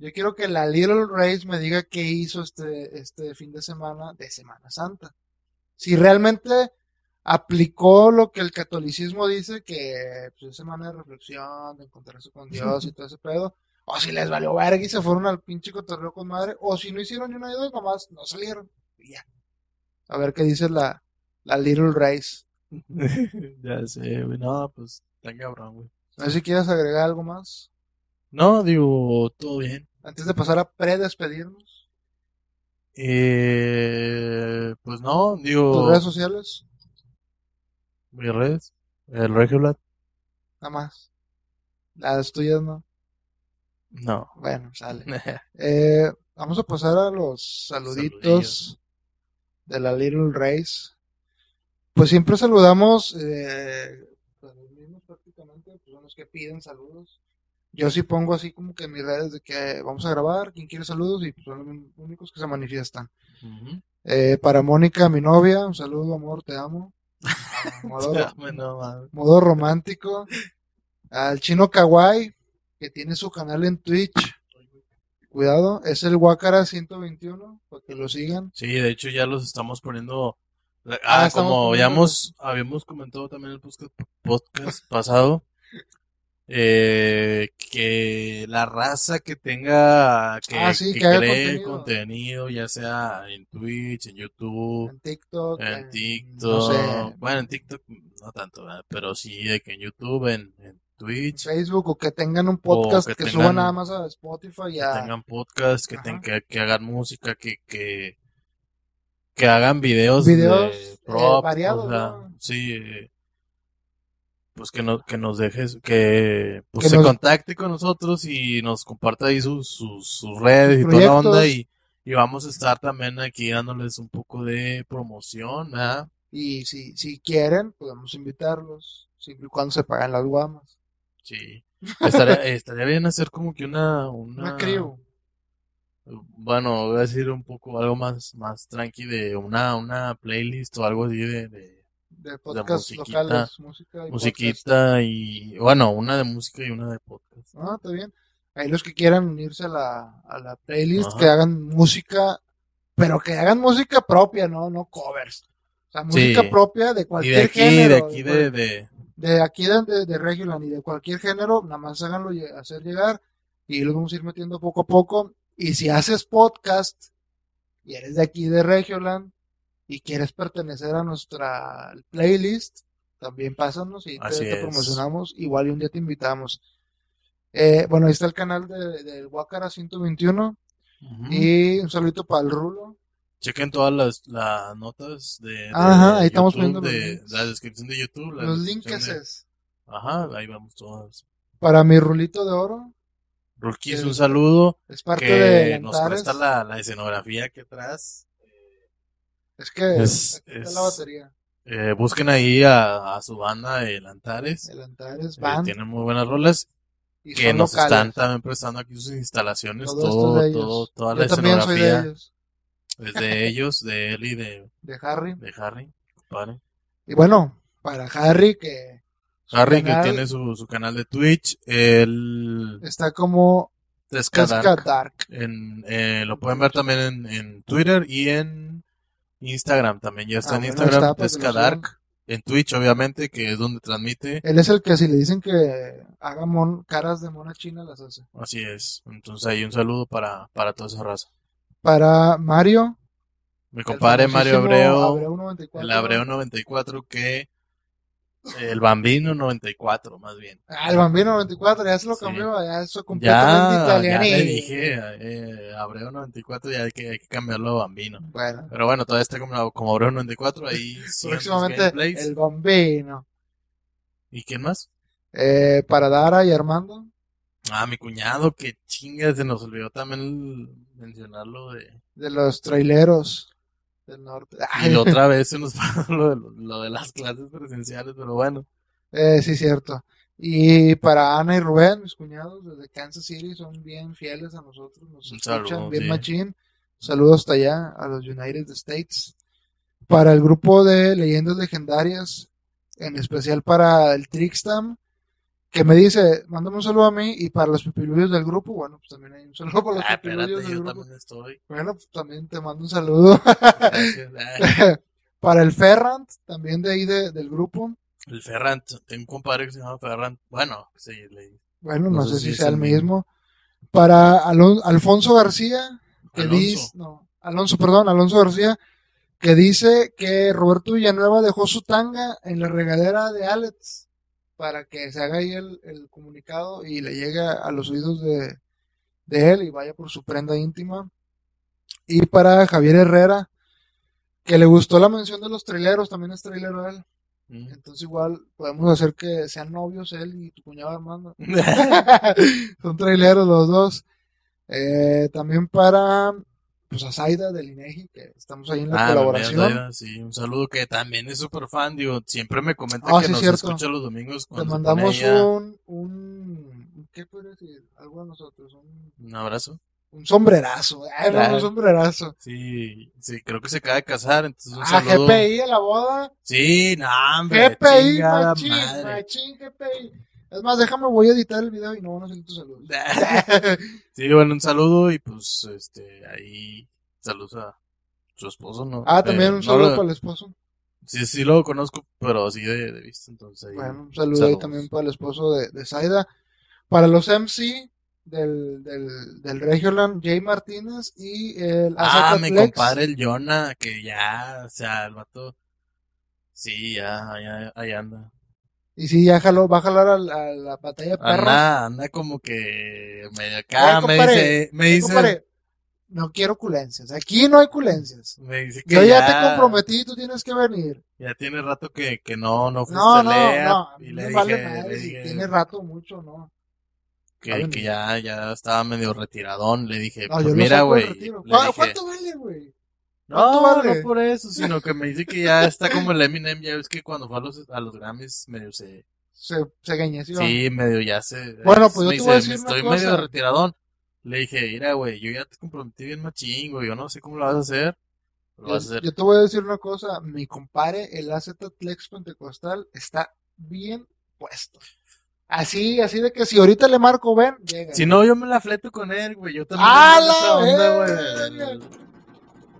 yo quiero que la Little Race me diga qué hizo este, este fin de semana de Semana Santa. Si realmente aplicó lo que el catolicismo dice, que pues, es semana de reflexión, de encontrarse con Dios y todo ese pedo, o si les valió verga y se fueron al pinche cotorreo con madre, o si no hicieron ni una de dos, nomás no salieron. Y ya. A ver qué dice la, la Little Race. Ya sé, güey, no, pues, tan cabrón, güey. No sé si quieres agregar algo más No, digo, todo bien. antes de pasar a predespedirnos. Eh, pues no, Tus digo, redes sociales, mis redes, el regular, nada más. Las tuyas no. no. Bueno, sale. Eh, vamos a pasar a los saluditos Saludillos. de la Little Race. Pues siempre saludamos eh, pues los mismos prácticamente, pues son los que piden saludos. Yo sí pongo así como que en mis redes de que vamos a grabar, quien quiere saludos y pues son los únicos que se manifiestan. Ujú. Eh, para Mónica, mi novia, un saludo, amor, te amo. Amor, Bueno, mames. modo romántico. Al chino Kawaii, que tiene su canal en Twitch. Cuidado, es el Wakara 121, para que lo sigan. Sí, de hecho ya los estamos poniendo. Ah, Ah, estamos como poniendo- habíamos, habíamos comentado también en el podcast, podcast pasado, eh, que la raza que tenga, que, Ah, sí, que que haga cree contenido. contenido, ya sea en Twitch, en YouTube, En TikTok. en TikTok, No sé, bueno, en TikTok no tanto, ¿verdad? pero sí de que en YouTube, en, en en Twitch, Facebook, o que tengan un podcast que que, tengan- suba nada más a Spotify y que a- tengan podcast, que, Ajá. ten- que, que hagan música, que, que, que hagan videos, Videos, de eh, prop, variados, o sea, ¿no? sí, eh, pues que, no, que nos dejes, que pues Que se nos- contacte con nosotros y nos comparta ahí sus, sus, sus redes y toda la onda Proyectos. y, y vamos a estar también aquí dándoles un poco de promoción, ¿verdad? Y si, si quieren, podemos invitarlos, siempre y cuando se paguen las guamas. Sí. Estaría, estaría bien hacer como que una, una, Una crew. Bueno, voy a decir un poco algo más, más tranqui de una, una playlist o algo así de, de De podcasts musiquita. locales, música y podcast. musiquita y bueno, una de música y una de podcast. Ah, está bien. Ahí los que quieran unirse a la, a la playlist, Ajá. que hagan música, pero que hagan música propia, ¿no? No covers. O sea, música Sí. propia de Y de cualquier aquí, de género. aquí, de, de, cual- de, de aquí de, de, de Regulan y de cualquier género, nada más háganlo lle- hacer llegar y lo vamos a ir metiendo poco a poco. Y si haces podcast y eres de aquí de Regioland y quieres pertenecer a nuestra playlist, también pásanos y te, Así te es. promocionamos. Igual y un día te invitamos. Eh, bueno, ahí está el canal de, del Guacara 121 Ujú. y un saludito para el Rulo. Chequen todas las, las notas de, de Ajá, ahí estamos YouTube, poniendo los de links. la descripción de YouTube, la Los descripción links de- es Ajá, ahí vamos todas. para mi Rulito de Oro. Rulquis, Que- un saludo. Es parte que de nos Antares. presta la, la escenografía aquí atrás. Es que Es- aquí está es- la batería. Eh, busquen ahí a, a su banda de Lantares. El Antares, Eh, Van tienen muy buenas rolas y que son nos locales. están también prestando aquí sus instalaciones, Todo esto es de todo, todo, ellos. toda Yo la también soy de escenografía. ellos. Es de ellos, de él y de, de Harry. de Harry. compadre. Y bueno, para Harry que Harry que canal- tiene su, su canal de Twitch, el está como Tescadark. Casca Dark. En, eh, lo pueden ver también en, en Twitter y en Instagram también. Ya está Ah, en bueno, Instagram, está, para que lo Tescadark. sigan. En Twitch, obviamente, que es donde transmite. Él es el que si le dicen que haga mon- caras de mona china las hace. Así es. Entonces ahí un saludo para, para toda esa raza. Para Mario, Mi el compadre Mario famosísimo Abreu, Abreu 94. el Abreu 94, que el Bambino 94, más bien. Ah, el Bambino 94, ya se lo Sí. cambió, ya eso completamente Ya, ya italiano. le y- dije, eh, Abreu 94, ya hay que, hay que cambiarlo a Bambino. Bueno, Pero bueno, todavía está como, como Abreu 94, ahí siguen los próximamente gameplays. el Bambino. ¿Y quién más? Eh, para Dara y Armando, Ah, mi cuñado, que chinga, se nos olvidó también mencionarlo de... de los traileros del norte. Ah, Y la otra vez se nos pasó lo de, lo de las clases presenciales, pero bueno. Eh, sí, cierto. Y para Ana y Rubén, mis cuñados desde Kansas City, son bien fieles a nosotros, nos Un escuchan saludo, bien sí. machín. Saludos hasta allá a los United States. Para el grupo de leyendas legendarias, en especial para el Trixtam, que me dice, mándame un saludo a mí y para los pipilubios del grupo, bueno, pues también hay un saludo para los Ah, espérate, pipilubios del yo grupo. también estoy. Bueno, pues también te mando un saludo. Gracias. Ah, Para el Ferrant, también de ahí de- del grupo. El Ferrant, tengo un compadre que se llama Ferrant. Bueno, sí, le... Bueno, no, sé, si sea el mismo. Para Alon- Alfonso García, que Alonso. dice, no, Alonso, perdón, Alonso García, que dice que Roberto Villanueva dejó su tanga en la regadera de Alex para que se haga ahí el, el comunicado y le llegue a, a los oídos de, de él y vaya por su prenda íntima. Y para Javier Herrera, que le gustó la mención de los traileros, también es trailero él. Mm. Entonces igual podemos hacer que sean novios él y tu cuñado Armando. Son traileros los dos. Eh, también para pues a Zaida del INEGI, que estamos ahí en la Ah, mi amiga colaboración. Zaira, sí, un saludo que también es súper fan, digo, siempre me comenta Ah, que sí, nos cierto. escucha los domingos Te cuando se pone mandamos ella. un, un ¿qué puedo decir? Algo a nosotros, un, Un abrazo. un sombrerazo. Ah, no, Ah. un sombrerazo. Sí, sí, creo que se acaba de casar, entonces un Ah, saludo. GPI a la boda. Sí, no, hombre, GPI, chingada machín, madre. machín, GPI. Es más, déjame, voy a editar el video y no van a hacer tus saludos. Sí, bueno, un saludo y pues, este, ahí, saludos a su esposo, ¿no? Ah, Eh, también no un saludo lo- para el esposo. Sí, sí lo conozco, pero así de, de vista, entonces ahí. Bueno, un saludo ahí Saludos. también para el esposo de, de Zaida. Para los MC del, del, del Regioland, Jay Martínez y el Ah, Azateplex. mi compadre el Jonah, que ya, o sea, el vato. Sí, ya, allá, ahí anda. Y sí, ya jaló, va a jalar a, la- a la batalla de perros. Anda, anda como que medio acá, Eh, me compadre, dice, me Sí, dice, compadre, no quiero culencias. Aquí no hay culencias. me dice que Yo ya, te ya, comprometí, tú tienes que venir. ya tiene rato que, que no, no fuiste No, a no, Pues Lea, no. a mí y me le vale dije, madre le si dije tiene rato mucho, ¿no. que, Vale, que no. ya, ya estaba medio retiradón, le dije, No, pues yo lo mira, saco del güey, retiro. le ¿Cu- dije, ¿Cuánto vale, güey? no, ¿Cuánto vale? no por eso, sino que me dice que ya está como el Eminem, ya ves que cuando fue a los, a los Grammys medio se, Se, se engañeció. Sí, medio ya se. eh, Bueno, pues yo me te voy a dice, decir una Estoy cosa". medio retiradón. Le dije, mira, güey, yo ya te comprometí bien machín, güey. Yo no sé cómo lo vas a hacer. pero Lo Yo, vas a hacer. yo te voy a decir una cosa, mi compadre, el AZ Tlex Pentecostal, está bien puesto. Así, así de que si ahorita le marco, ven, llega. Si no, yo me la fleto con él, güey. Yo también. ¡A tengo esa la onda, güey.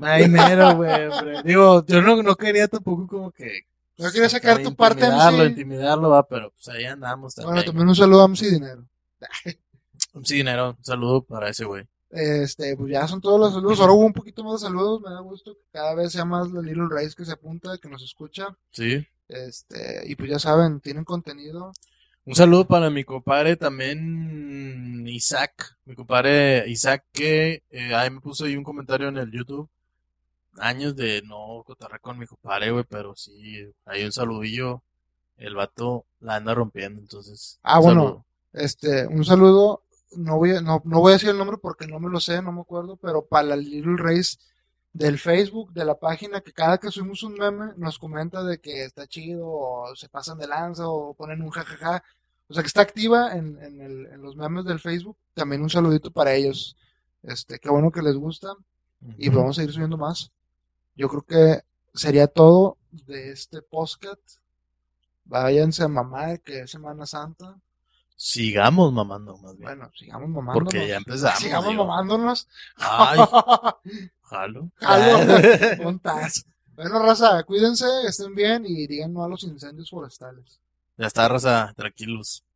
No hay dinero, güey, hombre. Digo, yo no, no quería tampoco como que. pues, No quería sacar tu parte, Intimidarlo, MC. intimidarlo, va, pero pues ahí andamos también. bueno, también un saludo a MC Dinero. Sí, dinero. Un saludo para ese güey. Este, pues ya son todos los saludos. Ahora hubo un poquito más de saludos, me da gusto que cada vez sea más la Little Race que se apunta, que nos escucha. Sí. Este, y pues ya saben, tienen contenido. Un saludo para mi compadre también, Isaac. Mi compadre Isaac, que eh, ahí me puso ahí un comentario en el YouTube. Años de no cotarrar con mi compadre, güey, pero sí, hay un saludillo. El vato la anda rompiendo, entonces. Ah, un bueno. saludo. Este, un saludo. No voy a, no, no voy a decir el nombre porque no me lo sé, no me acuerdo, pero para la Little Race del Facebook, de la página, que cada que subimos un meme nos comenta de que está chido, o se pasan de lanza, o ponen un jajaja. O sea, que está activa en, en el- en los memes del Facebook. También un saludito para ellos. Este, qué bueno que les gusta. y vamos a ir subiendo más. Yo creo que sería todo de este podcast. Váyanse a mamar, que es Semana Santa. Sigamos mamando más bien. Bueno, sigamos mamándonos. porque ya empezamos. sigamos digo. mamándonos. Ay, jalo. Jalo. Juntas. Bueno, raza, cuídense, estén bien y díganos a los incendios forestales. ya está, Rosa, tranquilos.